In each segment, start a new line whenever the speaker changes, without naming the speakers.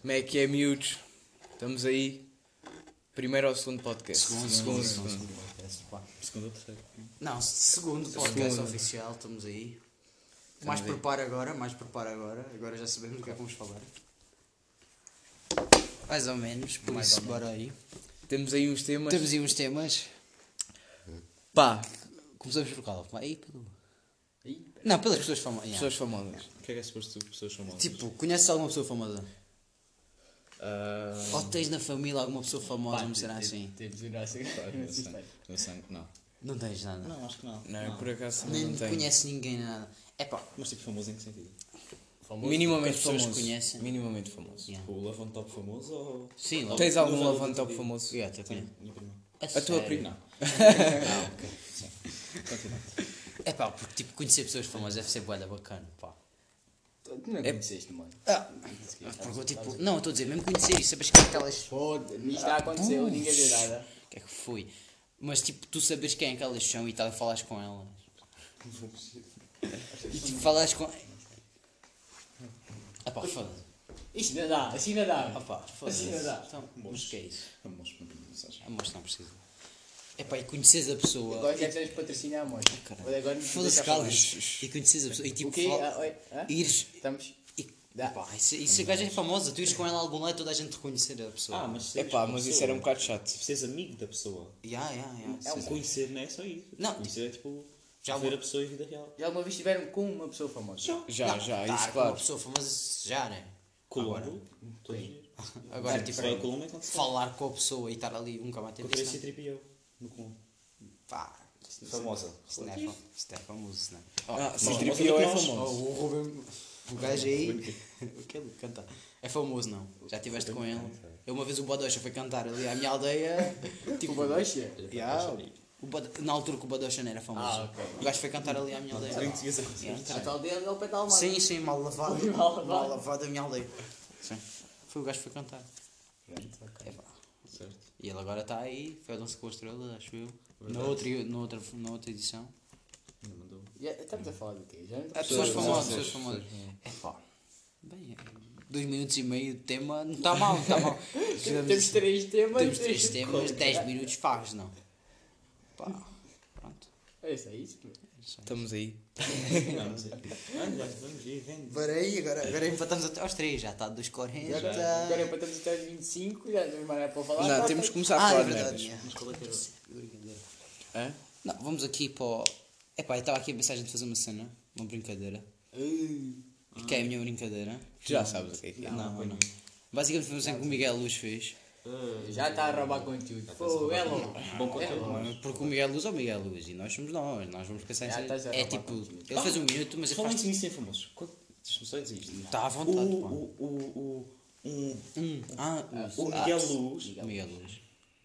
Como é que é, miúdos? Estamos aí. Primeiro ou segundo podcast?
Segundo,
segundo.
segundo,
segundo.
Podcast, pá.
Segundo ou terceiro?
Não, segundo podcast
Segundo.
oficial, estamos aí. mais
aí.
preparo agora, mais preparo agora. Agora já sabemos o que é que vamos falar. Mais ou menos, por
Mais
isso,
ou menos.
bora aí.
Temos aí uns temas.
Temos aí uns temas.
Pá,
Começamos por qual? Aí, pelo... Não, pelas pessoas famosas. yeah.
pessoas famosas.
O que é que é suposto que pessoas são malas?
Tipo, conheces alguma pessoa famosa?
Ah,
Ou tens na família alguma pessoa famosa,
Pá,
não será
te- te-
assim?
Temos de ir assim.
pá, no sangue- no sangue, não.
Não tens nada.
Não, acho que não.
Não, por acaso
Nem
não tenho.
conhece ninguém, nada. É pá,
Mas tipo, famoso em que sentido?
Famoso.
Minimamente
que as pessoas
famoso.
conhecem.
Minimamente famoso.
Yeah.
O Love on Top famoso ou...
sim, lá.
Tens algum
Não,
love on
não,
top
não.
famoso?
Yeah, até conheço.
Minha prima.
A tua
sério?
prima.
Não.
É pá, porque tipo, conhecer pessoas famosas deve ser bué da bacana, pá.
Tu não conheceste, mano.
Ah, porque eu tipo, não, eu estou a dizer, mesmo conhecer e sabes que aquelas. Ah,
Foda-se. Isto já aconteceu, ninguém viu nada.
O que é que foi? Mas tipo, tu sabes quem é que elas são e tal, e falas com elas. E tipo, falas com. Ah pá, foda-se.
Isto ainda dá, assim ainda dá.
Ah pá, foda-se.
assim ainda dá.
Então, mas o que é isso?
Vamos para uma mensagem.
A mostra não precisa. É pá, e conheces a pessoa.
Agora já tens patrocinar a amostra. Mas agora não te
Foda-se,
deixa falar.
calas. E conheces a pessoa. E tipo,
O quê? Ah,
fala-
oi, hã?
ires.
Estamos.
E,
Dá.
pá, e se, e se a gaja é famosa, tu ires com ela a algum lado e toda a gente reconhecer a pessoa.
Ah, mas...
É pá, mas isso era um bocado
Se
chato.
seres amigo da pessoa.
Ya, ya, ya.
É um conhecer, não é só isso.
Não,
Conhecer é tipo...
já
ver
vou-
a pessoa em vida real.
Já alguma vez estiveram com uma pessoa famosa?
Já,
Não,
já,
tá,
isso
com Uma
claro.
pessoa famosa já, né?
Colombo. Ah, todos os dias.
Agora,
Sim,
tipo,
só a Colombo é quando se
falar com a pessoa e estar ali nunca mais ter
Encontrei
visto.
esse
não.
tripio no Colombo.
Pá, isso
Famosa.
não é fam- isso não é famoso, não é?
Ah, se
Famosa
tripio
do
é
que nós.
famoso.
Oh, o Ruben, o gajo aí, o que ele canta? É famoso, não? Já estiveste com ele? Eu uma vez o Badocha foi cantar ali à minha aldeia. tipo,
O Badocha?
Ya, o Bad- Na altura que o Badocha não era famoso.
Ah, ok.
O gajo foi cantar ali à minha aldeia.
Nem tinha essa
Ya.
A tal dele, ele pede alma.
Sim, sim, mal lavado.
Foi mal
mal
lavado.
lavado. a minha aldeia. Sim. Foi o gajo que foi cantar. Epá.
Certo.
E ele agora está aí, foi a dança com a estrela, acho eu. Na outra, na, outra, na outra edição.
Não mandou.
Estamos a falar do quê? Já não
É pessoas
Pessoas
famosas,
famosas,
pessoas famosas. Epá. Bem, é- dois minutos e meio de tema, não está mal, não está mal.
Temos três temas.
Temos três temas, dez minutos faz, não. Pá. Pronto.
É isso, é isso.
Tá.
Estamos aí.
Não, não sei. Anda, vamos ir, vende.
Bora aí, agora, agora empatamos até aos três, já tá está dos
Agora
40.
agora é para estamos até aos 25, já não temos mais nada para falar.
Não,
Tá,
temos
tá.
que começar a
Ah,
falar
é
de
verdade.
merdas.
é. Brincadeira.
Hã?
Não, vamos aqui para o. Epá, eu estava aqui a pensar a gente fazer uma cena, uma brincadeira. E que é a minha brincadeira?
Tu Já sabes o que é que é.
Não, não. não. Basicamente foi uma cena que o Miguel Luz fez.
Já está a roubar conteúdo. Pô, é louco.
Bom conteúdo,
É,
mano.
Porque o Miguel Luz é o Miguel Luz e nós somos nós, nós vamos pensar em
Ah, estás a
cena. É
roubar
tipo,
conteúdo.
ele fez um minuto, mas eu
Falem
faço.
se nisso em famosos. Qual- Deixa-me só dizer isto.
Está à
O,
vontade, pá.
o, o, o, um-
Hum, ah,
o Miguel Luz
o Miguel Luz.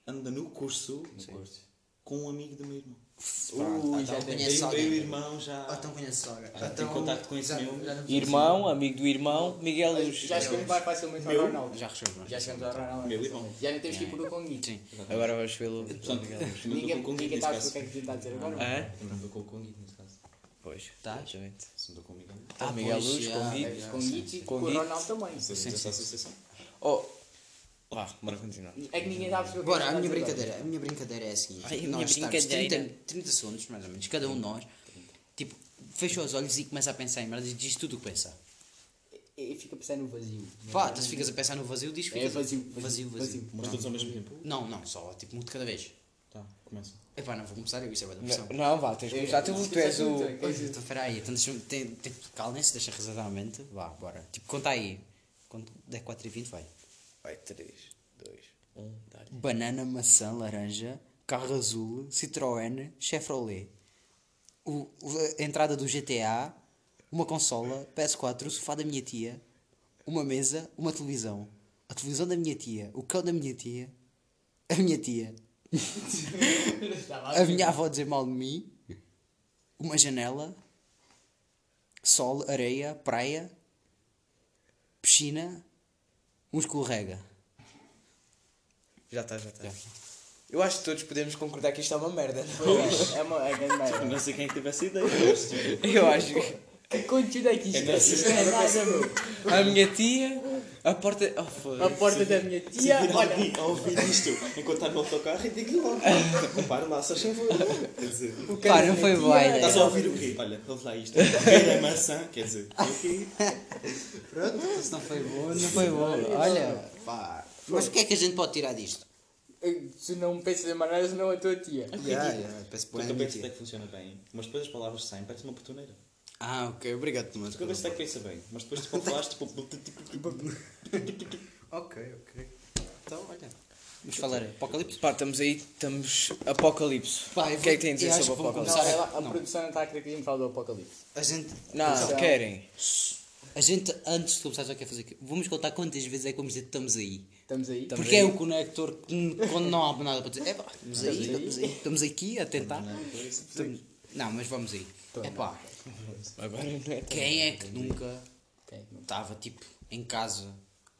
anda no curso com um amigo do meu irmão. tá,
Pronto,
já
então
tem-
conhece
Meu meu Ah,
alguém.
irmão já
Então conhece alguém.
tem contacto com esse meu.
Irmão, amigo do irmão, Miguel
Mas
Luz.
Já chegamos mais facilmente ao Ronaldo.
Já recebeu. é?
Já chegamos ao Ronaldo.
Meu irmão.
Já não temos que ir por o Conguito.
Sim.
Agora vais vê-lo.
Portanto,
Ninguém
mandou com o Miguel
ninguém
nesse
está a
caso.
perceber o que é que a gente está a dizer agora.
Ah,
Hã? Então,
Mandou com o Conguito nesse caso.
Pois.
Tá.
Exatamente.
Se mandou com o Miguel.
Ah, Miguel
pois,
Luz,
já,
convite.
Mas Com o Conguito e com o
Conguito.
Ronaldo também.
Sabemos essa associação.
Oh. Vá, bora continuar.
É que ninguém está a perceber o que é que
Bora,
a
a
gente
minha
está dizer
brincadeira, a minha brincadeira é a seguinte.
Ai, a minha
nós estamos
brincadeira.
30, 30 segundos, mais ou menos, cada um de nós, tipo, fecha os olhos e começa a pensar em merdas e diz tudo o que pensa.
agora. E e fica pensando no vazio.
Pá, tu se ficas a pensar no vazio, diz que
Uhum. É
ficas-
vazio.
vazio, vazio.
Mas todos ao mesmo tempo.
Não, não, só tipo muito cada vez.
Tá, começa.
Epá, não vou começar eu, isso é bué da pressão.
Não, não, vá, tens de começar. Tu, tu és o.
Então, peraí, então deixa-me. tem- tem- Calem-se, deixa resetar a mente. Vá, bora. Tipo, conta aí. Quando der 4 e 20, vai.
Vai, 3, 2, 1, dá-lhe.
Banana, maçã, laranja, carro azul, Citroën, Chevrolet. O, o- a entrada do GTA, uma consola, PS4, o sofá da minha tia, uma mesa, uma televisão. A televisão da minha tia, o cão da minha tia, a minha tia, a minha avó dizer mal de mim, uma janela, sol, areia, praia, piscina, um escorrega.
Já está, já está. Eu acho que todos podemos concordar que isto é uma merda.
É uma é grande merda.
Não sei quem é que teve essa ideia. mas- tipo,
Eu acho.
Que conteúdo é que isto é? Não é nada, meu.
A minha tia, A porta. Oh, foda
A porta da minha
Se
tia,
vir
olha.
alguém a ouvir isto enquanto está no autocarro, eu digo logo. Compare lá, só sem favor. Quer dizer,
Pá, não foi boa ideia.
estás a ouvir o quê? Olha, ouve lá isto. Ver a maçã, quer dizer, ok.
Se não foi boa, não foi boa. Olha, pá. Mas o que é que a gente pode tirar disto?
Se não pensas em maneiras, não é a tua tia.
Yeah, yeah, parece
Tu
boa
cabeça até
mentira.
que funciona bem, mas depois as palavras saem, parece uma petuneira.
Ah, ok, obrigado, Tomás.
Tu cabeça até que pensa bem, mas depois tu falaste tipo.
Ok, ok. Então, olha. Vamos falar apocalipse?
Pá, estamos aí, estamos. Apocalipse.
Pá,
o
eu vou-
que é que têm a dizer
eu acho
sobre
que vou
Apocalipse?
Não,
Sabe-
ela- a
não.
produção não está a querer que a gente fale do apocalipse.
A gente.
Não,
Não.
querem.
A gente, antes de começar, só quer fazer aqui. Vamos contar quantas vezes é que vamos dizer estamos aí.
Estamos aí.
Estamos
Porque
aí.
é o conector que, n- quando não há nada para dizer. É pá, estamos aí,
Estamos aí.
estamos aí. Estamos aqui a tentar. Estamos- Não, mas vamos aí. É pá,
Agora não é.
quem é que nunca
Quem é que não-
estava tipo em casa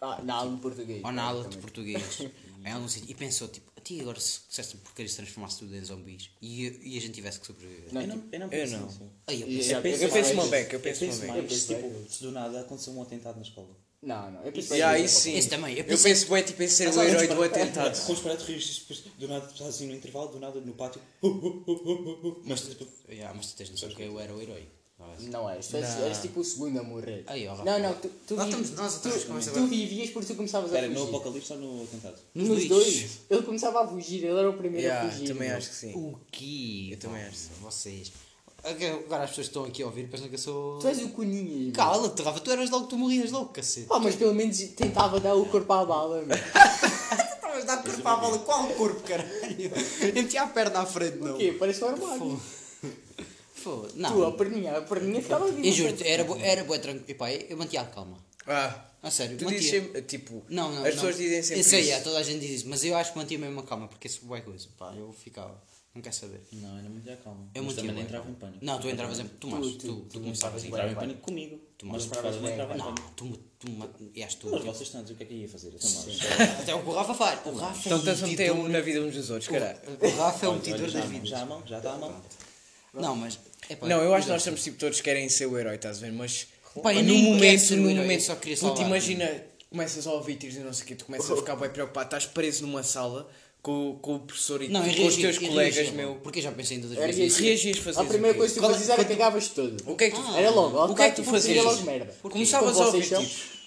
Ah, na aula de português.
ou na aula de
Também.
português em algum sítio e pensou tipo, a ti agora se dissesse porcaria se transformasse tudo em zumbis e, e a gente tivesse que sobreviver?
Não,
Eu
tipo,
não, eu não
Eu
penso
não.
nisso.
Aí eu
E-
pensei,
eu
penso
Eu penso uma
mais-
beca, eu penso uma
Penso
beca.
mais,
bem.
tipo, se do nada aconteceu um atentado na escola.
Não, não. Eu pensei
E aí
nisso,
sim.
Esse também, eu
Eu
pensei-
penso bem tipo em ser o herói do atentado.
Com os terroristas, depois do nada estás assim no intervalo, do nada no pátio. uh, uh, uh, uh, uh, Mas tipo,
"Ah, mas tu tens noção que eu era o herói. Ah, assim.
Não és, tu és,
Não.
és tipo o segundo a morrer.
Aí, ó,
não, não, tu, tu,
Nós
vi-
estamos- nós estamos com essa
tu, tu vivias porque tu começavas a
era
fugir.
no apocalipse ou no atentado?
Nos dois. Ele começava a fugir, ele era o primeiro a
Yeah,
fugir.
também
meu.
acho que sim.
O quê? Eu
também acho.
Vocês. Agora as pessoas que estão aqui a ouvir pensam que eu sou.
Tu és o Cuninhas. meu.
Cala-te, Rafa, tu eras logo, tu morrias logo, cacete.
Pá, mas pelo menos tentava dar o corpo à bala, meu.
Estavas a dar corpo à bola, qual corpo, caralho? Nem tinha a perna à frente, não.
O quê? Parece um armário.
Foda-se.
Tu, a
Não.
perninha, a perninha ficava viva.
Eu juro-te, era, bo- era boa tranquilo. Epá, eu mantinha a calma.
Ah.
A sério,
Tu
mantinha.
dizes sempre, tipo,
Não, não,
as
não.
pessoas dizem sempre
Isso aí,
isso.
é, toda a gente diz isso, mas eu acho que mantinha mesmo a calma, porque isso é boa coisa, pá, eu ficava, não quer saber.
Não, eu não me dei a calma.
Eu mantinha
Mas também
bué
não
a
entrava em
calma.
pânico.
Não, tu entravas em tu, mas,
Tu-
tu,
tu-
tu, começavas a entrar
Entrava
em
em
pânico.
pânico comigo.
Tu
Mas
mostras-
eu não entrava em
Não,
pânico.
tu, me- tu, me- e és tu.
Mas
tipo,
vocês estão a dizer o que é que eu ia fazer? Eu também.
Até o que o Rafa faz. O Rafa
Então estás a
um
meter
ditador.
um na vida uns dos outros, caralho.
O Rafa é um
Olha,
ditador
já
das
à mão, Já
vidas.
à mão, já está à mão.
Não, mas. é epá,
Não, eu acho que
diga-
nós somos tipo todos querem ser o herói, estás a ver? Mas
Pá, eu
no
nem quero
momento,
ser o
no
herói,
momento,
eu só queria
puto,
salvar-me.
imagina, começas a ouvir tiros e não sei o quê, tu começas a ficar bem preocupado, estás preso numa sala com, com o professor e
Não, eu
com os
reagi-
teus
eu
colegas,
reagi,
meu.
Porque eu já pensei em todas
Eu
as
reagi.
vezes.
Reagias, fazias
A primeira
o quê?
coisa que tu
Qual é-
fazias era
quando-
cagavas todo.
O que é que tu
Era logo, ó,
O que é que tu
tá, tipo, era
fazias?
logo merda.
Começavas
Como
a ouvir
vocês são?
tiros.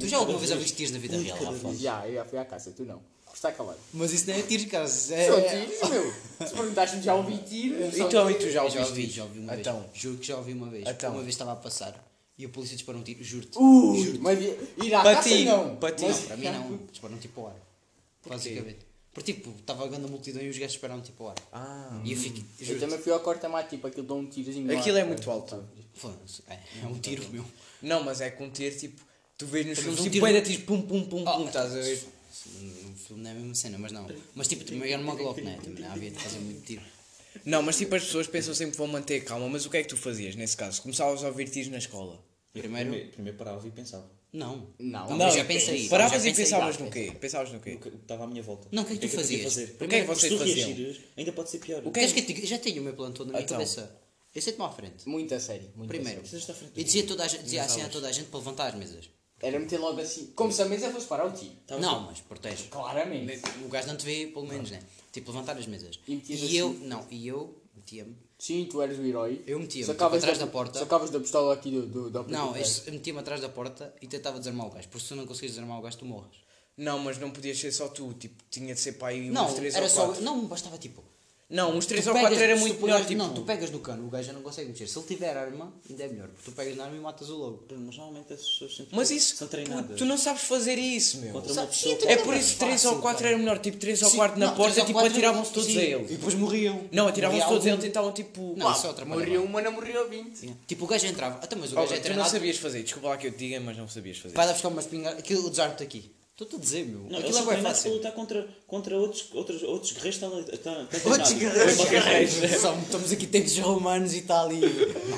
Tu já alguma vez ouviste tiros na vida real, Rafa?
Já, eu já fui à casa, tu não. Está calado.
Mas isso não é tiros, cara. Isso
São
é.
tiros, meu. Se perguntaste-me já ouvi tiros. são
Então, e tu já
Eu já
ouviste?
ouvi, já ouvi uma vez.
Então.
Juro que já ouvi uma vez.
Então.
Uma vez estava a passar e a polícia disparou um tiro, juro-te.
Uh, mas ir à
Para
caça
ti,
não.
para ti.
Mas-
Não, para mim não. Dispararam tipo ao ar. Basicamente. Porque tipo, estava a grande multidão e os gajos dispararam tipo ao ar.
Ah.
E eu fiquei.
Eu
Juro-te.
também fui ao corta-mato, tipo, aquilo dá um tirozinho. lá.
Aquilo é muito alto.
Foda-se. É, é um tiro meu.
Não, mas é com tiro, tipo, tu vês nos
Também
filmes,
um
tipo,
tiro-
ainda tiro pum, pum, pum,
Oh,
pum, estás a ver?
No filme não é a mesma cena, mas não. Mas tipo, também era uma Glock, não é? Também não havia de fazer muito tiro.
Não, mas tipo, as pessoas pensam sempre que vão manter a calma, mas o que é que tu fazias nesse caso? Começavas a ouvir tiros na escola?
Primeiro,
Primeiro parava e pensava.
não.
Não.
Não,
Não,
já pensei.
Paravas
já
e
pensei,
pensavas
já.
no quê? Pensavas no quê?
O que estava à minha volta.
Não, o que é que tu
eu podia
fazias?
fazer?
O que é que
Se
vocês
tu
faziam?
reagires, ainda pode ser pior.
O que é
Queres que eu te diga? já tenho o meu plano todo na minha
Então.
cabeça. Eu sento-me à frente.
Muito a sério. muito a
Primeiro.
Precisas estar à frente.
Eu dizia, toda a gente, dizia assim a toda a gente para levantar as mesas.
Era meter logo assim. Como se a mesa fosse parar o tiro.
Tá
Não, mas protege.
Claramente.
O gajo não te vê, pelo menos, né? Tipo, levantar as mesas.
E
E,
metias
eu,
assim?
não, e eu metia-me.
Sim, tu eras o herói.
Eu metia-me,
Só acabas
tipo, atrás da
pu-
porta.
Só acabas da pistola aqui do, do, da
é
Não,
porta.
eu metia-me atrás da porta e tentava desarmar o gajo. Porque se tu não conseguires desarmar o gajo, tu morres.
Não, mas não podias ser só tu, tipo, tinha de ser para aí uns
Não,
3
era
ou
só.
4.
Não, bastava tipo.
Não, uns 3
tu
ou
pegas-
4 era
se
muito
tu
melhor,
pegas-
tipo...
Não, tu pegas no cano, o gajo já não consegue mexer. Se ele tiver arma, ainda é melhor. Porque tu pegas na arma e matas-o logo.
Mas normalmente as pessoas sempre
Mas isso,
são
puto,
treinadas.
tu não sabes fazer isso, meu.
Contra uma
Sabe-
pessoa.
Sim, tu
É
não
por
sabes.
isso 3 ou
Fácil,
4
cara.
era melhor, tipo 3 ou
Sim,
4 na
não, três
porta,
ou
tipo,
quatro,
atiravam-se todos
sim,
a
E
ele.
depois morriam.
Não, atiravam-se
Morria
todos a ele,
algum.
tentavam, tipo...
Não, só trabalhava.
Morreu uma, não morreu vinte.
Yeah. Tipo, o gajo entrava. Até mas o
Oh,
gajo
tu
é
não
treinado.
sabias fazer, desculpa lá que eu te diga, mas não sabias fazer.
Vai dar buscar uma espingarda. Aquilo, desarme-te aqui. Estou-te a dizer, meu.
Não, eles
Aquilo é
são
bué
treinados para
fácil.
lutar contra, contra outros, outros, outros guerreiros estão, estão, estão
Outros guerreiros.
Outros guerreiros.
São- Estamos aqui tempos romanos e tal e...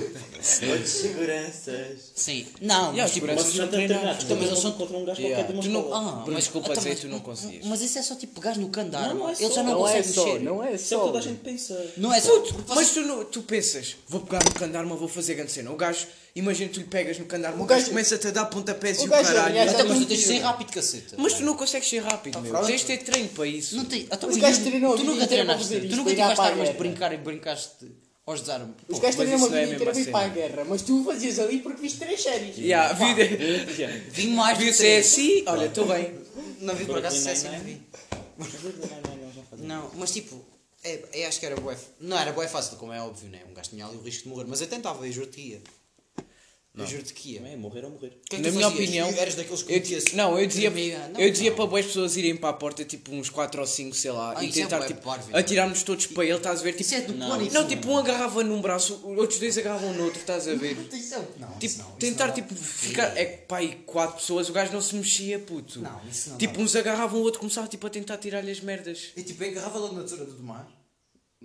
Outros seguranças.
Sim. Não,
Yeah,
mas
segurança.
tipo...
Mas
Mas não
são
estão treinados.
treinados.
Então,
eles
mas eles
são-
são contra um gajo
Yeah.
qualquer de uma
Tu não-
escola.
Ah,
Bruno,
mas
desculpa
ah, tá,
dizer,
mas-
tu não conseguias.
Mas isso é só tipo gajo no cano da
Não,
arma.
não é
Ele
só.
já não,
Não
é
consegue
só,
mexer.
não é
Isso é o que toda a
só.
gente pensa.
Não é só.
Puto, mas tu, não- tu pensas, vou pegar no cano de arma, vou fazer grande cena. O gajo Imagina tu lhe pegas no canar, o,
O
gajo,
gajo-
começa-te a dar pontapés e
o
o
gajo
caralho.
ameaça-
Até então, mas tu tens de ser rápido, caceta.
Mas tu não consegues ser rápido, meu.
pronto.
Tens de ter treino para isso.
Não tem. Então, mas
Os gajos
tu-
treinam a
Tu
vida
nunca
inteira para
treinaste.
fazer
Tu
isto,
nunca
para ir à
tiveste
pá,
armas de
guerra.
brincar e brincaste aos desarmes.
Os
Pô,
gajos
mas
teriam
isso não
uma
é
vida
a mesma
inteira para ir para a
cena.
guerra, mas tu fazias ali porque viste três séries.
Yeah,
Pá,
vida.
Vi mais
Vi
de
o
três.
CSI, olha, estou bem.
Não vi por acaso
Brooklyn
CS, não vi.
é, Não, não, não, já fazia.
Não, mas tipo, é, é, acho que era bué. Não era bué fácil, como é óbvio, né? Um gajo tinha ali o risco de morrer, mas eu tentava, eu juro-te que ia. Eu juro-te que ia.
Também é morrer ou morrer.
Que é que
Na
tu
minha
fazias?
opinião,
Tu Eras daqueles que
eu,
metias-
não, eu dizia,
tremia? Não,
eu dizia
não.
para boas pessoas irem para a porta, tipo uns 4 ou 5, sei lá,
Ah,
e
isso é
tentar
bué
tipo,
parvo,
atirarmos todos para ele, estás a ver? Tipo,
Isso é do
Não,
pânico.
não, tipo, um agarrava num braço, outros dois agarravam no outro, estás a ver?
Isso é- não,
Tipo,
isso não, isso
tentar
não dá.
tipo ficar. É que pai, quatro pessoas, o gajo não se mexia, puto.
Não, isso não
Tipo,
dá.
uns agarravam o outro, começava tipo a tentar tirar-lhe as merdas.
E tipo, eu agarrava logo na tesoura do Tomás.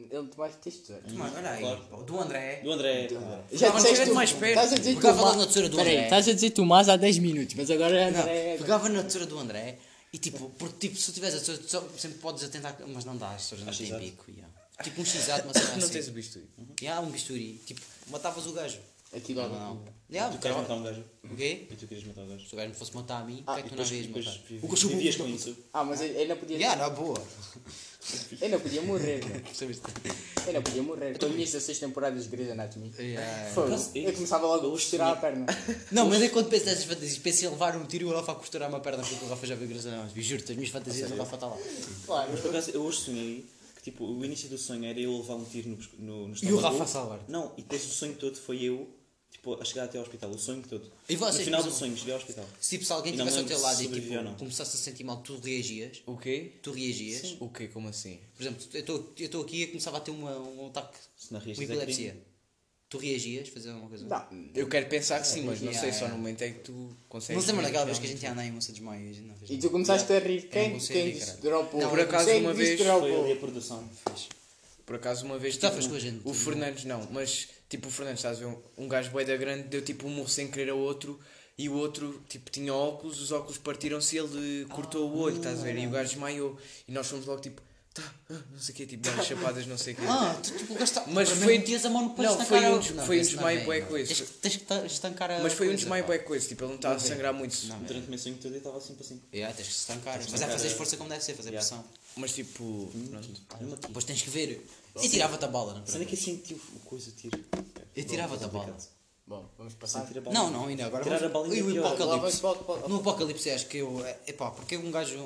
Ele te vai testar.
Tomás, olha aí,
Claro.
pá, o do André.
Do André.
Ah, mas chega-te
tu-
mais perto.
Estás a dizer tu.
Pegava logo na tesoura do
Peraí,
André.
estás a dizer Tomás há 10 minutos, mas agora é
Não,
André.
pegava na tesoura do André e tipo, porque tipo, se tu tiveres a tesoura, tu só- sempre podes atentar, mas não dá, as tesouras não têm bico. yeah. Tipo um x-ato, mas
Não
assim.
tens o bicho
E há um bisturi, tipo, matavas o gajo.
Aqui logo.
Não.
Tu queres matar um gajo.
O quê?
E tu querias matar o gajo.
Se o gajo me fosse matar a mim, o que é que tu
E
não
depois-
havias
depois
matar?
vi- Vivias com isso.
Ah, mas eu eu não podia.
Yeah, na boa.
Eu não podia morrer, meu.
Percebeste?
Eu não podia morrer. Com as seis temporadas de Grey's Anatomy.
Yeah.
Fogo.
Mas-
Eu começava logo a estirar a perna.
Não, mas é quando penso nessas fantasias, penso em levar um tiro e o Rafa a costurar uma perna porque o Rafa já viu graça não, mas juro-te, as minhas
Ah,
fantasias o Rafa está lá.
Claro.
Mas por acaso eu hoje sonhei que tipo, o início do sonho era eu levar um tiro no, pesco- no, no
E o Rafa
estômago.
a salvar-te.
Não, e depois o sonho todo foi eu tipo, a chegar até ao hospital. O sonho todo.
E vocês,
no final
por
do
exemplo,
sonho, cheguei ao hospital.
Se, tipo, se alguém
E não me
estivesse ao teu
lembro se
lado e
sobrevivi ou
tipo,
não.
começasse a sentir mal, tu reagias.
O quê?
Tu reagias.
O quê? Como assim?
Por exemplo, eu estou- eu estou aqui e começava a ter uma, um ataque,
Se não reagires,
uma
é
epilepsia.
crime.
Tu reagias, fazias alguma coisa?
Não.
Eu quero pensar que sim, mas não
É Yeah,
sei, só
yeah.
no momento é que tu consegues.
Não sei, mas
ver
naquela vez que a
realmente.
gente ia andar em moça desmaia. a gente não fez
E
nada.
tu começaste a rir. Quem,
consigo
quem
rir,
disse
caralho.
dropou?
Não, por acaso,
Quem
uma
disse
vez
Foi ali
dropou?
a produção.
Por acaso uma vez tipo,
Já foste com a gente,
o
não? é?
Fernandes não, mas tipo o Fernandes, estás a ver? Um, um gajo bué da grande deu tipo um murro sem querer ao outro e o outro tipo tinha óculos, os óculos partiram-se e ele cortou o olho, estás a ver? E
Ah.
o gajo desmaiou e nós fomos logo tipo, tá, ah, não sei o quê, tipo dar chapadas, não sei o quê.
Ah, tu tipo gastaste.
Mas
Mas
foi-
foi. Metias a mão no
não,
peito
foi um
estancar a-
des-
Não,
foi um
isso não
desmaio
é,
bué
não.
coisa.
Tens que- Tens que ta- estancar a.
Mas foi um
coisa,
desmaio
pá.
bué coisa, tipo ele não estava a sangrar muito,
Durante o meu sonho todo eu estava sempre assim.
Yeah, tens que estancar. Mas é
estancar
fazer
a-
força como deve ser, fazer
Yeah.
pressão.
mas tipo, pronto.
Mesmo aqui.
Depois tens que ver. E tirava-te a bala, não
Será que eu senti o o coisa, o tiro?
Eu tirava-te a bala.
Bom, vamos passar.
Sentir a bala.
Não, não, ainda agora.
Tirar a
vamos-
balinha
E
é
o
pior.
Lá
apocalipse.
vamos para o- para o-
No Apocalipse acho que eu. é- Epá, porque um gajo.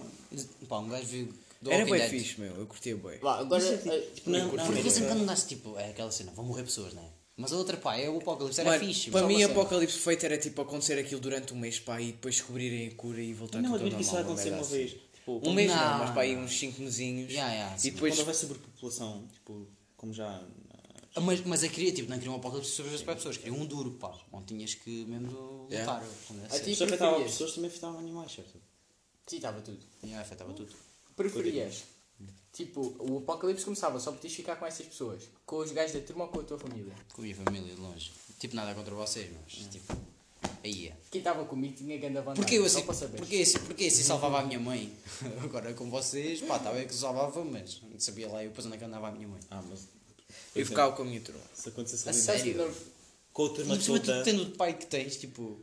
Pá, um gajo viu. do
Era
Walking
bué
Dead.
fixe, meu, eu curtia bué.
Vá, agora. eh,
Tipo, não, não,
Porque de vez em
não.
quando andaste tipo. É aquela cena, vão morrer pessoas, não é? Mas a outra, pá, é o Apocalipse, era
Mano,
fixe.
para
mas
mim,
só uma cena.
Apocalipse Feito era tipo acontecer aquilo durante um mês, pá, e depois descobrirem a cura e voltar tudo
Não,
ao
admito que isso vai
normal,
acontecer
merda
uma
assim.
vez. Tipo,
Um mês não,
Não,
mas para aí
não.
uns 5 mesinhos.
Yeah, yeah,
e
sim.
depois.
Quando houver sobrepopulação, tipo, como já. ah, na-
Ah, Mas, mas eu queria, tipo, não queria um apocalipse sobre as pessoas, queria um duro, pá. Não tinhas que mesmo
Yeah.
lutar. como deve
A
ser.
ti
Só afetava
preferias?
pessoas, também afetava animais, certo?
Sim, estava tudo.
Yeah, afetava tudo.
Preferias? Tipo, o apocalipse começava, só podias ficar com essas pessoas. Com os gajos da turma ou com a tua família.
Com a minha família, de longe. Tipo, nada contra vocês, mas,
É.
tipo, aí é.
Quem estava comigo tinha grande vantagem.
Porque eu
só
assim,
para saber.
porque, assim, porque assim salvava a minha mãe. Agora com vocês, pá, estava bem que salvava, mas não sabia lá eu depois onde é que andava a minha mãe.
Ah, mas.
Eu ficava com a minha turma.
Se acontecesse
A
ali
sério?
sério?
não-
com a turma
E sobretudo
toda.
tendo o pai que tens, tipo.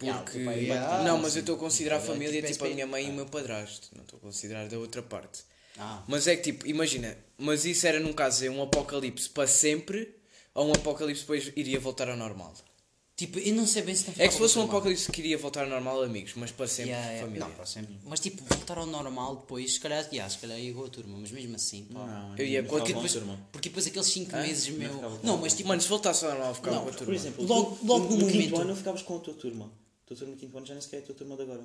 Yeah,
Porque. é
o pai-
Yeah,
não, mas
sim.
eu estou a considerar a
Tipo, é
família
tipo
tipo a
SP.
minha mãe e o meu padrasto. Não estou a considerar da outra parte.
Ah,
Mas é que tipo, imagina, mas isso era num caso é um apocalipse para sempre ou um apocalipse depois iria voltar ao normal?
tipo, eu não sei bem se não
É que se
ficava
fosse um
muito mal.
apocalipse que iria voltar ao normal, amigos, mas para sempre,
Yeah, yeah.
família.
Não, para sempre. Mas tipo, voltar ao normal depois, se calhar, yeah, se calhar ia com a turma, mas mesmo assim, pá.
Não,
Eu ia-
não
porque
ficava
Depois-
com a turma.
porque depois aqueles 5 meses, meu.
ficava
Não,
com a
mas tipo,
Mano, se voltasse ao normal, ficava
Não,
com a turma.
Por exemplo,
Logo-
tu-
logo
tu-
no
quinto
momento.
ano ficavas com a tua turma. A tua turma no quinto ano já nem sequer é a tua turma de agora.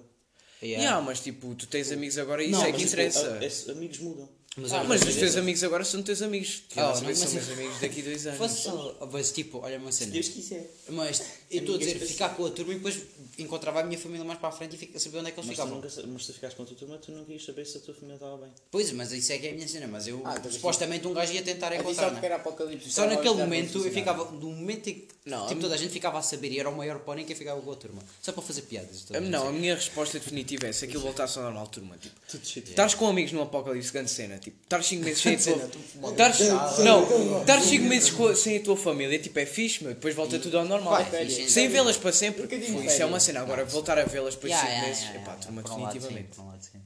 Yeah.
yeah.
mas tipo, tu tens amigos agora e isso é que
mas, tipo,
interessa.
a- esses amigos mudam.
Mas,
Ah,
olha,
mas
mas
os teus amigos agora são teus amigos. Que eu não
Ah,
sei
não,
se são
mas-
meus amigos daqui a dois anos.
fosse só- mas, tipo, olha uma
Se
cena.
Deus quiser.
Mas eu estou a dizer,
Amigas
ficar com a turma e depois encontrava a minha família mais para a frente e fica- saber onde é que eles
Mas tu,
ficavam.
nunca, sa- mas tu ficaste com a tua turma, tu nunca ias saber se a tua família estava bem.
Pois, mas isso é que é a minha cena. Mas eu
Ah, então
supostamente um gajo ia tentar
Eu
encontrar.
pensava
né?
que era apocalipse.
Só
estava a
naquele
avisar
momento
para
eu
funcionar.
ficava. No momento em que
Não, a
tipo,
mi-
toda a gente ficava a saber e era o maior pânico, eu ficava com a turma. Só para fazer piadas. toda a
Ah,
gente
Não, a
sabe.
minha resposta definitiva é se aquilo voltasse ao normal, turma. Tipo,
Tudo cheio de
estás com amigos num apocalipse, grande cena. Tipo, estás 5 meses sem a tua.
Grande cena, tu fumadas.
Estás- Não, estás 5 meses co- sem a tua família, tipo, é fixe, meu. Depois volta tudo ao normal.
Vai, velho,
gente-
Sem vê-las para sempre,
Porque eu digo
fogo, isso
sério.
é uma cena. Agora, voltar a vê-las depois de
Yeah,
5
yeah,
meses,
yeah,
epá,
yeah,
turma,
por um lado, sim,
definitivamente.
por um lado, sim.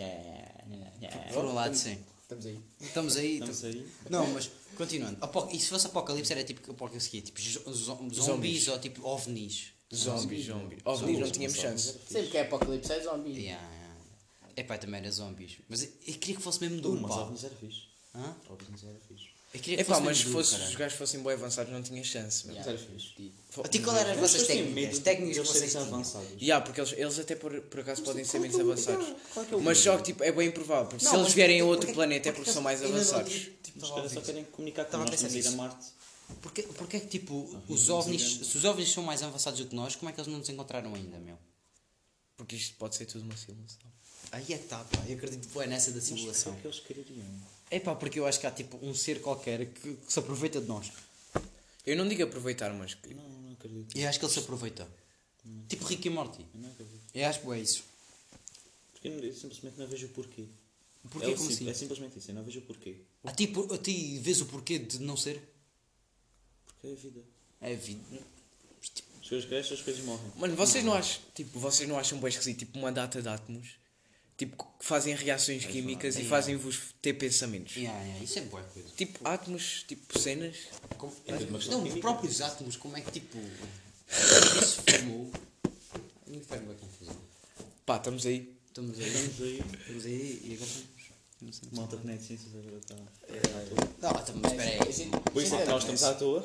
Yeah, yeah, yeah.
Por um lado, sim.
Estamos aí.
Estamos aí.
Estamos
tam-
aí.
Não, mas continuando. Apo- E se fosse apocalipse era tipo apocalipse que é tipo zo- zo- zombies ou tipo ovnis.
Zombies, zombies. Óbvio, não tínhamos chance.
Sempre que é apocalipse é zombie.
Yeah, yeah. Epá, também era zombies. Mas eu, eu queria que fosse mesmo
Uh,
duro,
mas
pá.
ovnis era fixe.
Hã?
Ovnis era fixe.
Eu queria que
Epá,
fosse
mas se
mesmo duro,
fosse, os
caralho.
gajos fossem bem avançados, não tinha chance. Meu.
Yeah.
Mas era fixe.
Fo-
A ti qual era as vossas
Vocês têm
técnicas?
medo
Técnicas
de
que
eles
vocês
serem
tinham.
avançados.
Yeah, porque eles, eles até por, por acaso podem ser menos avançados.
claro que é o
Mas
único.
só que tipo, é bem improvável, porque
Não,
se eles
mas
vierem a
porque-
outro
porque-
planeta é
porque
porque são
eles-
mais
ainda no outro
avançados.
dia, tipo,
Os
tava a
caras só
ouvir.
querem comunicar que
Estava a
nós
pensar
vamos ir a
nisso.
Marte.
Porque, porque é que tipo, os ovnis, se os ovnis são mais avançados do que nós, como é que eles não nos encontraram ainda, meu?
Porque isto pode ser tudo uma simulação.
Aí é que está, pá. Eu acredito que é nessa da
Mas
simulação.
o que eles queriam?
É pá, porque eu acho que há tipo um ser qualquer que, que se aproveita de nós.
Eu não digo aproveitar, mas que-
Não, não acredito.
Eu acho que ele se aproveita. Tipo Rick e Morty.
Eu não acredito.
Eu acho que é isso.
Porque eu, eu simplesmente não vejo o porquê.
Porquê
é, o
como
sim-
assim?
é simplesmente isso, eu não vejo o porquê.
A ti, por- Ah, tipo, a ti vês o porquê de não ser?
Porque é a vida.
É vida.
As coisas crescem, as coisas morrem.
Mano, vocês não acham, tipo, vocês não acham bem esquisito, tipo, uma data de átomos, tipo, que fazem reações químicas e fazem-vos ter pensamentos.
Yeah, yeah, isso é boa coisa.
Tipo, átomos, tipo, cenas.
Como-
É tudo uma questão
não,
de
os
química.
próprios átomos, como é que tipo. Isso formou. É Não faz uma confusão.
Pá, estamos aí.
Estamos aí.
Estamos aí.
Estamos aí e agora estamos. Não sei.
Malta que nem é de ciências agora tá- está.
É,
Por
Não, então, mas espera aí.
isso é que nós estamos à toa.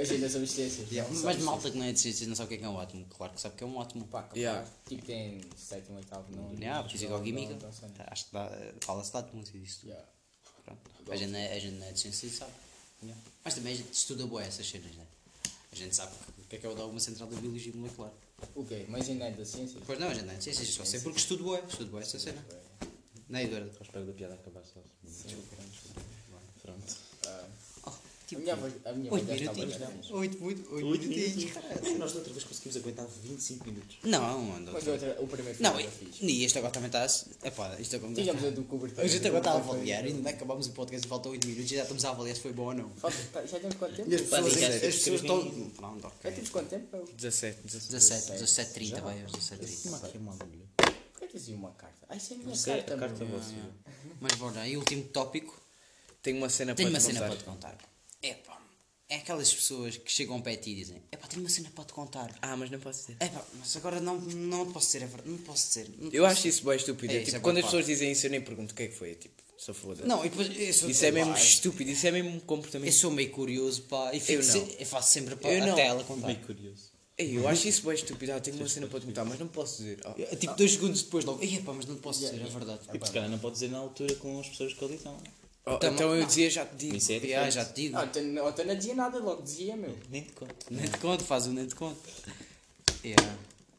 Hoje ainda somos ciências.
Yeah, Mas malta que não é de ciências não sabe o que é que é um átomo. Claro que sabe o que é um átomo.
Pá, capaz.
Yeah.
Tipo, tem sétimo, oitavo, nono.
Yeah, fisicoquímica.
Não, não sei.
Tá, Acho que dá, fala-se de átomos e disso tudo.
Yeah.
Pronto. A gente, não é- a gente não é de ciência e sabe.
Yeah.
Mas também a gente estuda boa essas cenas, né? A gente sabe que- o que é que é o dogma central da biologia molecular.
O quê? Mas ainda é da ciência?
Pois não, a gente não é de ciências, só sei porque estudo boa, estudo boa essa cena. Não é, Eduardo?
Ao espera da piada acabar só. assim. Pronto.
Ah,
Oh,
a
tipo,
minha voz, a minha voz
oito
já está bem.
minutinhos. Oito muito- oito
Oito
minutinhos,
minutos.
caralho.
assim Nós da outra vez conseguimos aguentar 25 minutos.
Não, ando.
Mas outra, o primeiro
Não, é
filme
e
eu fiz.
e este agora também está. Epá, isto é agora.
Tínhamos a do cobertor.
A gente agora está tá a avaliar, ainda não acabámos o podcast, faltam 8 minutos e já estamos a avaliar se foi bom ou não.
Falta- tá- Já temos quanto tempo?
E as pessoas,
é-
Podcast,
as pessoas
escrevem-
estão. Pronto,
Já
ok.
tipo
temos quanto tempo? Eu-
17, 17.
17, 17, 30, vai, aos 17, 30.
Uma aqui é uma agulha.
Porquê tens aí uma carta? Ah, isso é a minha
Isso é a
carta,
carta
meu.
vossa.
Mas bora, e o último tópico.
Tenho uma cena
Tenho
para
uma
te
cena
contar.
para te contar. É pá, é aquelas pessoas que chegam para ti e dizem: É pá, tenho uma cena para te contar.
Ah, mas não posso dizer.
É pá, mas agora não, não posso dizer, é verdade, não posso dizer. não
Eu
posso
acho isso bem estúpido. É,
É, isso
tipo,
é
quando
bem
as pessoas dizem isso, eu nem pergunto o que é que foi. é, Tipo, só foda.
dizer." Não, e depois. Eu sou,
Isso é mesmo
pá,
estúpido, isso é mesmo
Eu
comportamento.
sou meio curioso, pá, e fico
Eu não.
se- eu faço sempre para
Eu não.
até ela contar.
Meio curioso.
Ei, eu acho isso bem estúpido. Ah, tenho uma cena para te contar, mas não posso dizer. Ah,
É, Tipo, dois segundos depois logo, "Ei, pá, mas não posso
Yeah,
dizer, é
yeah.
verdade.
E Tipo, se calhar não pode dizer na altura com as pessoas que ali estão.
oh,
Então,
então eu
não.
dizia, já te digo.
Isso é
Ah,
diferente.
já te digo.
Ah, então não então não dizia nada, logo dizia, meu.
Nem te conto.
Nem te conto, faz o nem te conto. É, Yeah.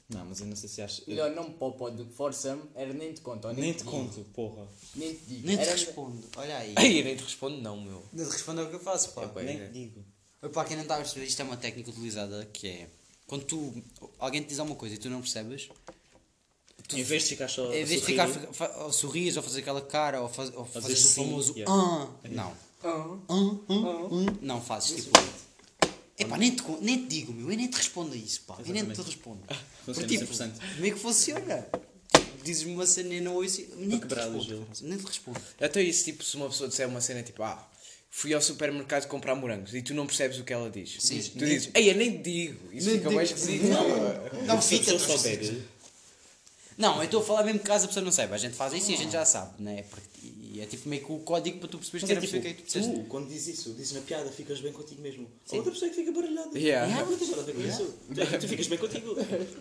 Não, mas eu não sei se achas.
Melhor não me poupa do que força-me, era nem te conto. ou
Nem te
digo.
conto, porra.
Nem te digo.
Nem te
Era-
respondo, olha aí.
Ei, eu nem te respondo, não, meu.
Não te respondo ao que eu faço, pá.
Pois
Nem
é.
te digo.
Para quem não está a perceber, isto é uma técnica utilizada que é quando tu alguém te diz alguma coisa e tu não percebes,
Em vez de ficar só. a
em vez de
sorrir,
ficar fa- fa- ou sorrires ou fazer aquela cara ou, faz, ou fazeres o
assim,
famoso
yeah.
"Ah", não.
Ah,
"Ah, ah, ah", não fazes tipo. Epá, nem te, con- nem te digo, meu, eu nem te respondo a isso, pá. Eu nem te
Exatamente.
respondo.
Funciona
Porque,
100%.
tipo, meio que funciona. Tipo, Dizes-me uma cena e eu não ouço. e- Nem te,
quebrar o
respondo,
gelo.
caralho, nem te respondo.
Até isso, tipo, se uma pessoa disser uma cena tipo, ah, fui ao supermercado comprar morangos e tu não percebes o que ela diz.
Sim.
Tu dizes, ei, eu nem te digo. Isso
Nem
fica
digo.
mais esquisito.
Não
Se a
fica
pessoa
tu-
souber.
Não, eu estou a falar mesmo caso a pessoa não saiba. A gente faz isso e a gente já sabe, né? Porque, e é tipo meio que o código para tu perceberes
Mas
que
é
era tipo, o que é que tu
tipo,
disseste.
tu, quando dizes isso, dizes na piada, ficas bem contigo mesmo. A outra pessoa é que fica baralhada.
Yeah.
Ah, não tens nada a ver com isso. Tu é que Tu ficas bem contigo.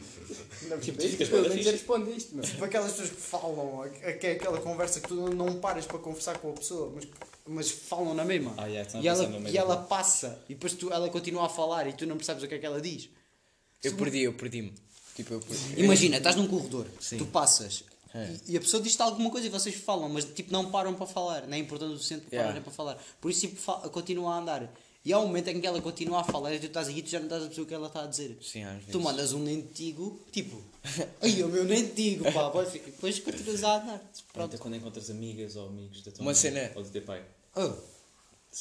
não
Tipo,
ficas bué da
percebeste? Pelo menos
fixe.
respondeste, meu.
Para aquelas pessoas que falam, a- a- que é aquela conversa que tu não paras para conversar com a pessoa, mas
Mas falam na mesma.
Ah, yeah, estão a
e ela,
pensar no mesmo.
e ela passa. E depois tu, ela continua a falar e tu não percebes o que é que ela diz.
Eu perdi, eu perdi-me. Tipo, eu perdi.
Imagina, estás num corredor, tu passas.
É.
E, e a pessoa diz-te alguma coisa e vocês falam, mas tipo não param para falar, não é importante o suficiente para
Yeah.
pararem para falar. Por isso tipo, fa- continua a andar. E há um momento em que ela continua a falar e tu estás aqui e tu já não estás a perceber o que ela está a dizer.
Sim, às vezes.
Tu mandas um nem te digo, tipo, ai o meu nem te digo, pá, bora ficar." depois continuas a andar.
Pronto.
Então,
Pronto.
Até quando encontras amigas ou amigos da tua
Uma
mãe
cena-
ou do teu pai.
Oh,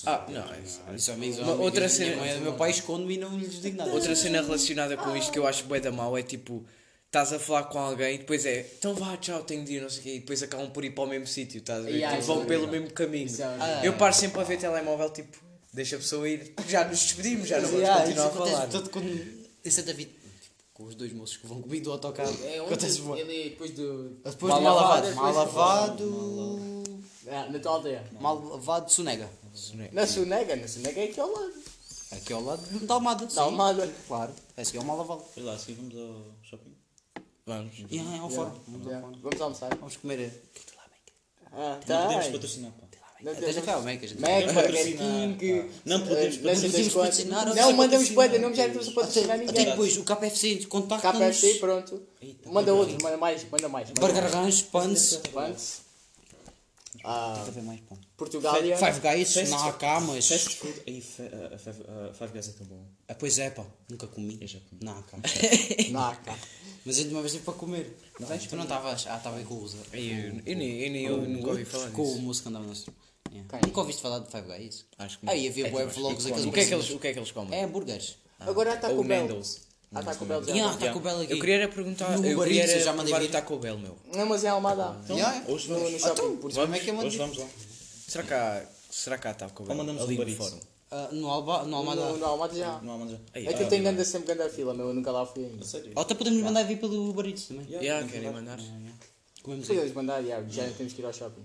Ah, não, isso-
Os amigos,
Uma outra cena-
minha mãe e do meu pai escondo-me e não lhes digo nada.
é Outra cena relacionada com isto que eu acho bué da mal é tipo, estás a falar com alguém e depois é, então vá, tchau, tenho de ir, não sei o quê, e depois acabam por ir para o mesmo sítio, estás a ver?
Yeah,
tipo,
isso
vão
é
pelo
horrível.
mesmo caminho.
Isso é horrível.
Eu paro sempre a ver telemóvel, tipo, deixa a pessoa ir, já nos despedimos, já não vamos
Yeah, isso
continuar a
acontece
falar.
tanto quando- em Santa Vita, tipo, com os dois moços que vão comigo do autocarro.
É
acontece
onde
bué.
ele depois do.
Depois do mal lavado.
depois
Mal
do-
lavado.
Ah, na tua aldeia.
Mal lavado sonega. é.
Na Sunega, na Sunega é aqui ao lado.
Aqui ao lado de Almada. sim.
Almada.
Claro. É seguir ao mal lavado.
Olha lá, assim vamos ao shopping.
Vamos.
E é ao fórum. Vamos ao
Yeah.
fórum.
Vamos almoçar.
Vamos comer. O que é que tu lá, Meca?
Ah,
Não podemos
tá.
patrocinar, pá.
Não
Deixa
temos-
cá, Meca. gente.
Mac,
Não
Burger
patrocinar,
King.
pá. Não podemos
eh, lanchas
patrocinar. Patrocinar,
das quatro.
ou
Não,
seja,
mandamos
patrocinar.
boeda, não já estamos a patrocinar
Até
ninguém.
depois o KFC contacta-nos.
KFC, pronto. Manda outro, manda mais, manda mais. manda
Burger
mais.
Ranch, Pans.
Quantos? Ah,
Para ver mais pão.
Portugália.
Five Guys,
Fast-
não há cá, mas.
Fast food, aí fe- ah, Five ah, Five Guys é tão bom.
Ah, Pois é, pá. Nunca comi.
Eu já comi.
Não há cá.
Naca.
Mas ainda uma vez tive para comer. Não vais? Tu não estavas. Ah, estava aí com o Usa.
Eu, eu nem, eu nem eu nunca ouvi falar
Com o
disso.
moço que andava no stream. Yeah.
Quem?
Nunca ouviste falar de Five Guys?
Acho que não.
Aí havia
É que
web
eu acho
vlogs aqueles
O que é que
brasileiros.
eles, o que é que eles comem?
É hambúrgueres.
Agora está com
Ou
o Bell.
Nando's.
Ah, está com o Bell já.
E há Taco Bell aqui.
Eu queria era perguntar,
No
eu
Uber
queria
Eats, eu
era
já mandei
provar o
vir.
Taco Bell, meu.
Não, mas é Almada.
Yeah.
Hoje
No,
vamos.
no shopping.
Por isso, como é que é uma
Hoje Ah, então, vamos lá.
Será que há, será que há Taco Bell
mandamos
ali
Uber
no
Eats.
fórum?
Ah, No Alba, no Almada.
No, no Almada já.
Não há manjar.
Ei,
É que eu tenho ganda sempre ganda fila, meu. Eu nunca lá fui ainda.
A sério?
Ou até podemos mandar vir pelo Uber Eats também.
Yeah, querem mandar?
Comemos aí.
Podemos mandar, já, já temos que ir ao shopping.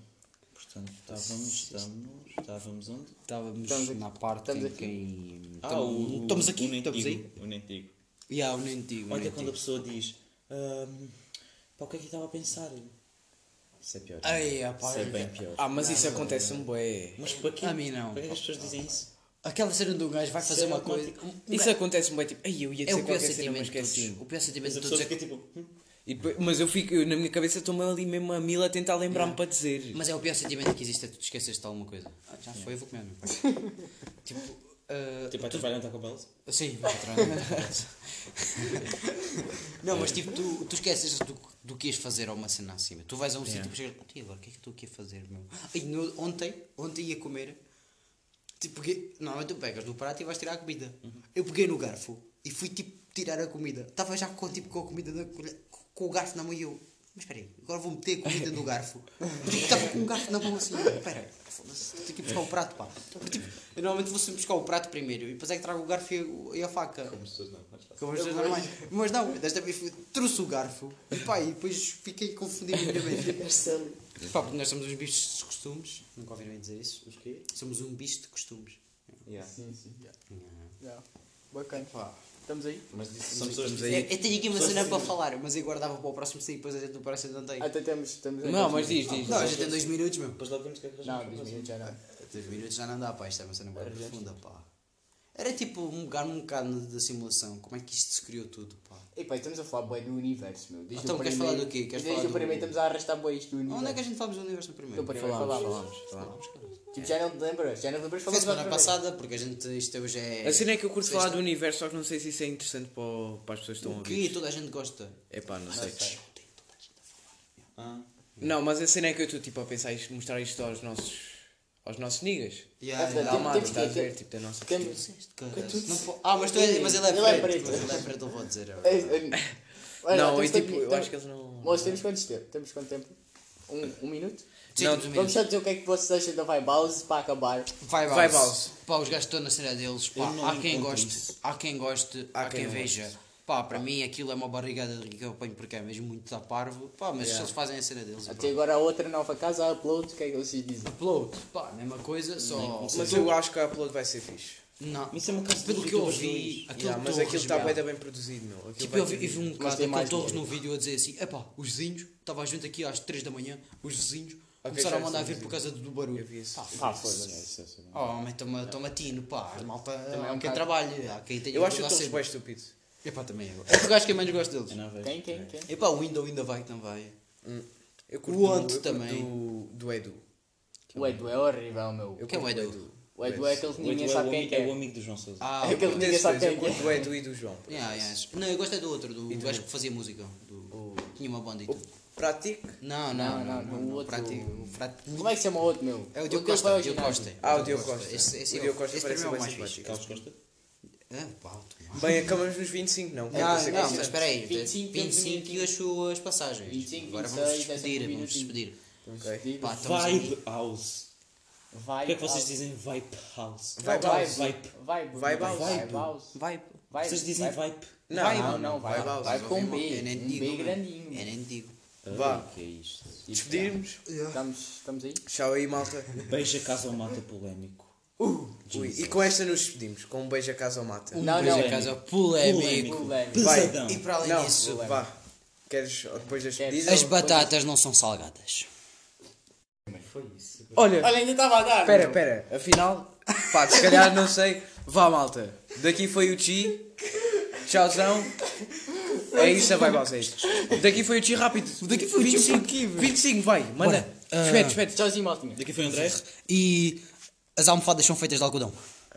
Portanto, estávamos, estávamos, estávamos onde?
Tá
Ah,
Estávamos
Estamos aqui.
na parte
Estamos
em
aqui.
que. Estamos- Estamos aqui,
o nem
estamos
digo,
aí.
O nem digo.
E há o Nentigo.
Olha quando a pessoa diz, "Ahm, pá, o que é que eu estava a pensar? Isso é pior.
Ai, ah, pá,
Isso é
eu-
bem pior.
Ah, mas isso acontece um bué.
Mas para quê?
A mim não,
Para que é que as pessoas dizem isso?
Aquela cena do gajo vai fazer
Isso é
uma coisa.
automático.
Um
Isso
gajo-
acontece bem, tipo, ai eu ia
é
dizer
o pior
qualquer cena, mas
sentimento de
esqueci
todos. O pior sentimento
Mas
de
a
todos
pessoa
é
fica
que.
tipo, hum,
Mas eu fico, eu, na minha cabeça estou-me ali mesmo a mil a tentar lembrar-me para dizer.
Mas é o pior sentimento que existe é que tu te esqueces de alguma coisa. Ah, já foi, eu vou comer meu pai. tipo. ah,
tipo, vai trabalhar no Taco Bell?
Sim, vou entrar na- Não, mas tipo, tu, tu esqueces do, do que ias fazer a uma cena acima. Tu vais a um sítio e chegas, "Tia, agora o que é que eu estou aqui a fazer, meu? Ai, no- ontem, ontem ia comer, tipo, peguei, normalmente tu pegas no prato e vais tirar a comida. Eu peguei no garfo e fui tipo tirar a comida. Estava já com, tipo, com a comida na colher- com- com o garfo na mão e eu, mas espera aí, agora vou meter a comida no garfo. Estava com o garfo na mão assim, espera, foda-se, tenho que ir buscar o prato, pá. Tipo, eu normalmente vou sempre buscar o prato primeiro e depois é que trago o garfo e a- e a faca.
As pessoas não, mas
Com as pessoas tá. normais. Mas não, desta vez fui- trouxe o garfo e pá, e depois fiquei confundido na minha mente. pá, porque nós somos uns bichos de costumes. Nunca ouviram bem dizer isso?
Os quê?
Somos um bicho de costumes.
Yeah.
Já. Bacana. Estamos aí?
Mas isso são pessoas que
aí.
Eu, eu tenho aqui uma
Pessoas
cena
assim.
para falar, mas eu guardava para o próximo sair, depois a gente no próximo não
Ah,
tem.
Até temos. estamos aí.
Não, é mas diz, diz.
Não, a gente tem dois minutos mesmo.
Depois logo vemos o que é que
Não,
arranjamos
dois
para fazer.
minutos já não.
Dois minutos já não dá, pá, isto é uma cena bem profunda, pá. Era tipo um lugar um bocado na- da simulação, como é que isto se criou tudo, pá.
E pá, estamos a falar boi do universo, meu. Desde
Então,
o
queres
primeiro-
falar do quê? Queres
desde
falar
o
do-
primeiro estamos a arrastar boi isto do universo.
Onde é que a gente falamos do universo no primeiro?
No primeiro falámos.
falámos.
Tipo, já não te lembras? Já não te lembras?
Foi
Falamos
semana
outra vez.
passada, porque a gente, isto hoje é...
A cena é que eu curto
Sexta.
falar do universo, só que não sei se isso é interessante para, o- para as pessoas que estão a ouvir.
um Que toda a gente gosta.
É pá, não sei.
Ah,
Não, mas a cena é que eu estou tipo a pensar isto, mostrar isto aos nossos. aos nossos niggas.
Yeah,
É verdade.
Da Amada,
temos que-
estás Tá, a ver? Ah, Tipo, é da nossa.
Temos.
Não po- Ah, mas, tu é, mas ele é
Ele
preto.
é preto.
Mas ele é preto, eu vou dizer. agora.
É, é- Olha lá,
Não,
temos
é tipo,
tanto-
eu acho que eles não.
Moço, temos quantos tempo? Temos quanto tempo? Um, um minuto?
é. Sim,
Não,
temos um minuto.
Vamos só dizer o que é que vocês acham da Vai Bowser para acabar.
Vai, Baus.
Vai, Baus.
Pá, os gajos estão na cena deles. Pá,
Eu não
há quem
encontro
goste,
isso.
há quem goste, há, quem,
quem não
veja. Pá, para mim aquilo é uma barrigada de que eu apanho porque é mesmo muito da parvo. Pá, mas se eles fazem a cena deles.
Até agora a outra nova casa, a upload, o que é que vocês dizem?
Upload. Pá, mesma coisa, só.
Mas eu acho que a upload vai ser fixe.
Não.
Isso é uma casa
Pelo
dos
que eu
youtubers
vi,
dois.
aquele
Yeah, mas aquilo está
Torres,
bem, bem produzido, meu. Aquilo
Tipo,
é vai
eu vi,
ter-
eu vi um
Mas
bocado daquele
tem mais
Torres num
dinheiro.
vídeo a dizer assim: epá, os vizinhos, estava a gente aqui às 3 da manhã, os vizinhos
já
começaram a mandar
sei,
vir por causa do barulho.
Eu vi isso.
Pá,
Ah, foda-se.
Isso é assim.
Oh, homem, toma, toma tino, pá, a malta
Também é
há
um
quem
bocado.
trabalha, há quem tenha
Eu um acho
que
que
acordar
todos
cedo.
bem estúpido.
Epá, também eu. É o gajo que eu menos gosto
Eu
deles.
não vejo.
Quem, quem, quem?
Epá, o Window ainda vai que não vai.
Eu
O Ant
eu curto
também.
Do, do Edu.
O Edu é horrível, meu.
Eu
Quem é o
curto do
Edu?
O Edu é aquele que
O Edu
ninguém
é o
sabe quem
amigo-
que é.
é o amigo do João Sousa.
Ah,
É aquele
Eu
que ninguém
desses
sabe
dois,
quem
eu
que é.
curto do Edu e do João.
yeah, yeah. Não, eu gosto é do outro, do gajo que fazia música. Do... Tinha uma banda e tudo.
Prático?
Não,
Não,
não,
não,
não.
não, o
não,
outro-
Prático, o Prático-
Como é que se chama o outro, meu?
É o Diogo
que
Costa.
vai ao
o Diogo
ginásio.
Costa.
Ah, o Diogo Costa.
Esse, esse
O
é
Diogo Costa
esse
parece
também é
bem
o mais
simpático.
fixe.
Carlos Costa?
Ah, pá, tu-
Bem, acabamos nos 25, não?
Não,
Vai ser
não, mas
constante.
espera aí.
25,
25, e as suas passagens.
25,
Agora vamos
26,
despedir,
dez
vamos
minutinhos.
Ok.
despedir. Pá, estamos
Vibe
aí.
House.
Vai.
O que é que vocês dizem Vibe House?
Vai,
Vai,
Baus.
vai.
Vibe.
Vai, vai.
Vai, Baus.
Vai, Baus.
Vai.
Vai,
é Vocês dizem
vai.
Vibe.
Não,
Não, não, vai.
vai, Baus.
Vai com B.
Eu nem
Um
digo.
B
mano.
grandinho.
Eu nem digo.
Vá.
Ai, que é isto?
Despedirmos.
Estamos, estamos aí?
Tchau aí, malta.
Beija casa ou mata polémico.
Ui, e com esta nos despedimos. Com um beijo a casa ou mata.
Um
Ah, Não,
beijo
não.
a casa polémico.
Polémico.
Vai.
Pesadão.
E para além
não,
disso,
vá. Queres depois das
Quero.
despedidas?
as batatas não são salgadas.
Olha,
Olha, ainda estava a dar.
Espera,
meu.
espera, afinal, pá, se calhar não sei. Vá, malta. Daqui foi o Chi. Tchauzão. É isso, vai vocês. Daqui foi o Chi, rápido. Daqui foi 25, o Chi. 25, vai, manda.
Bora.
Espera, espera.
Tchauzinho, maltinha.
Daqui foi o André.
E as almofadas são feitas de algodão.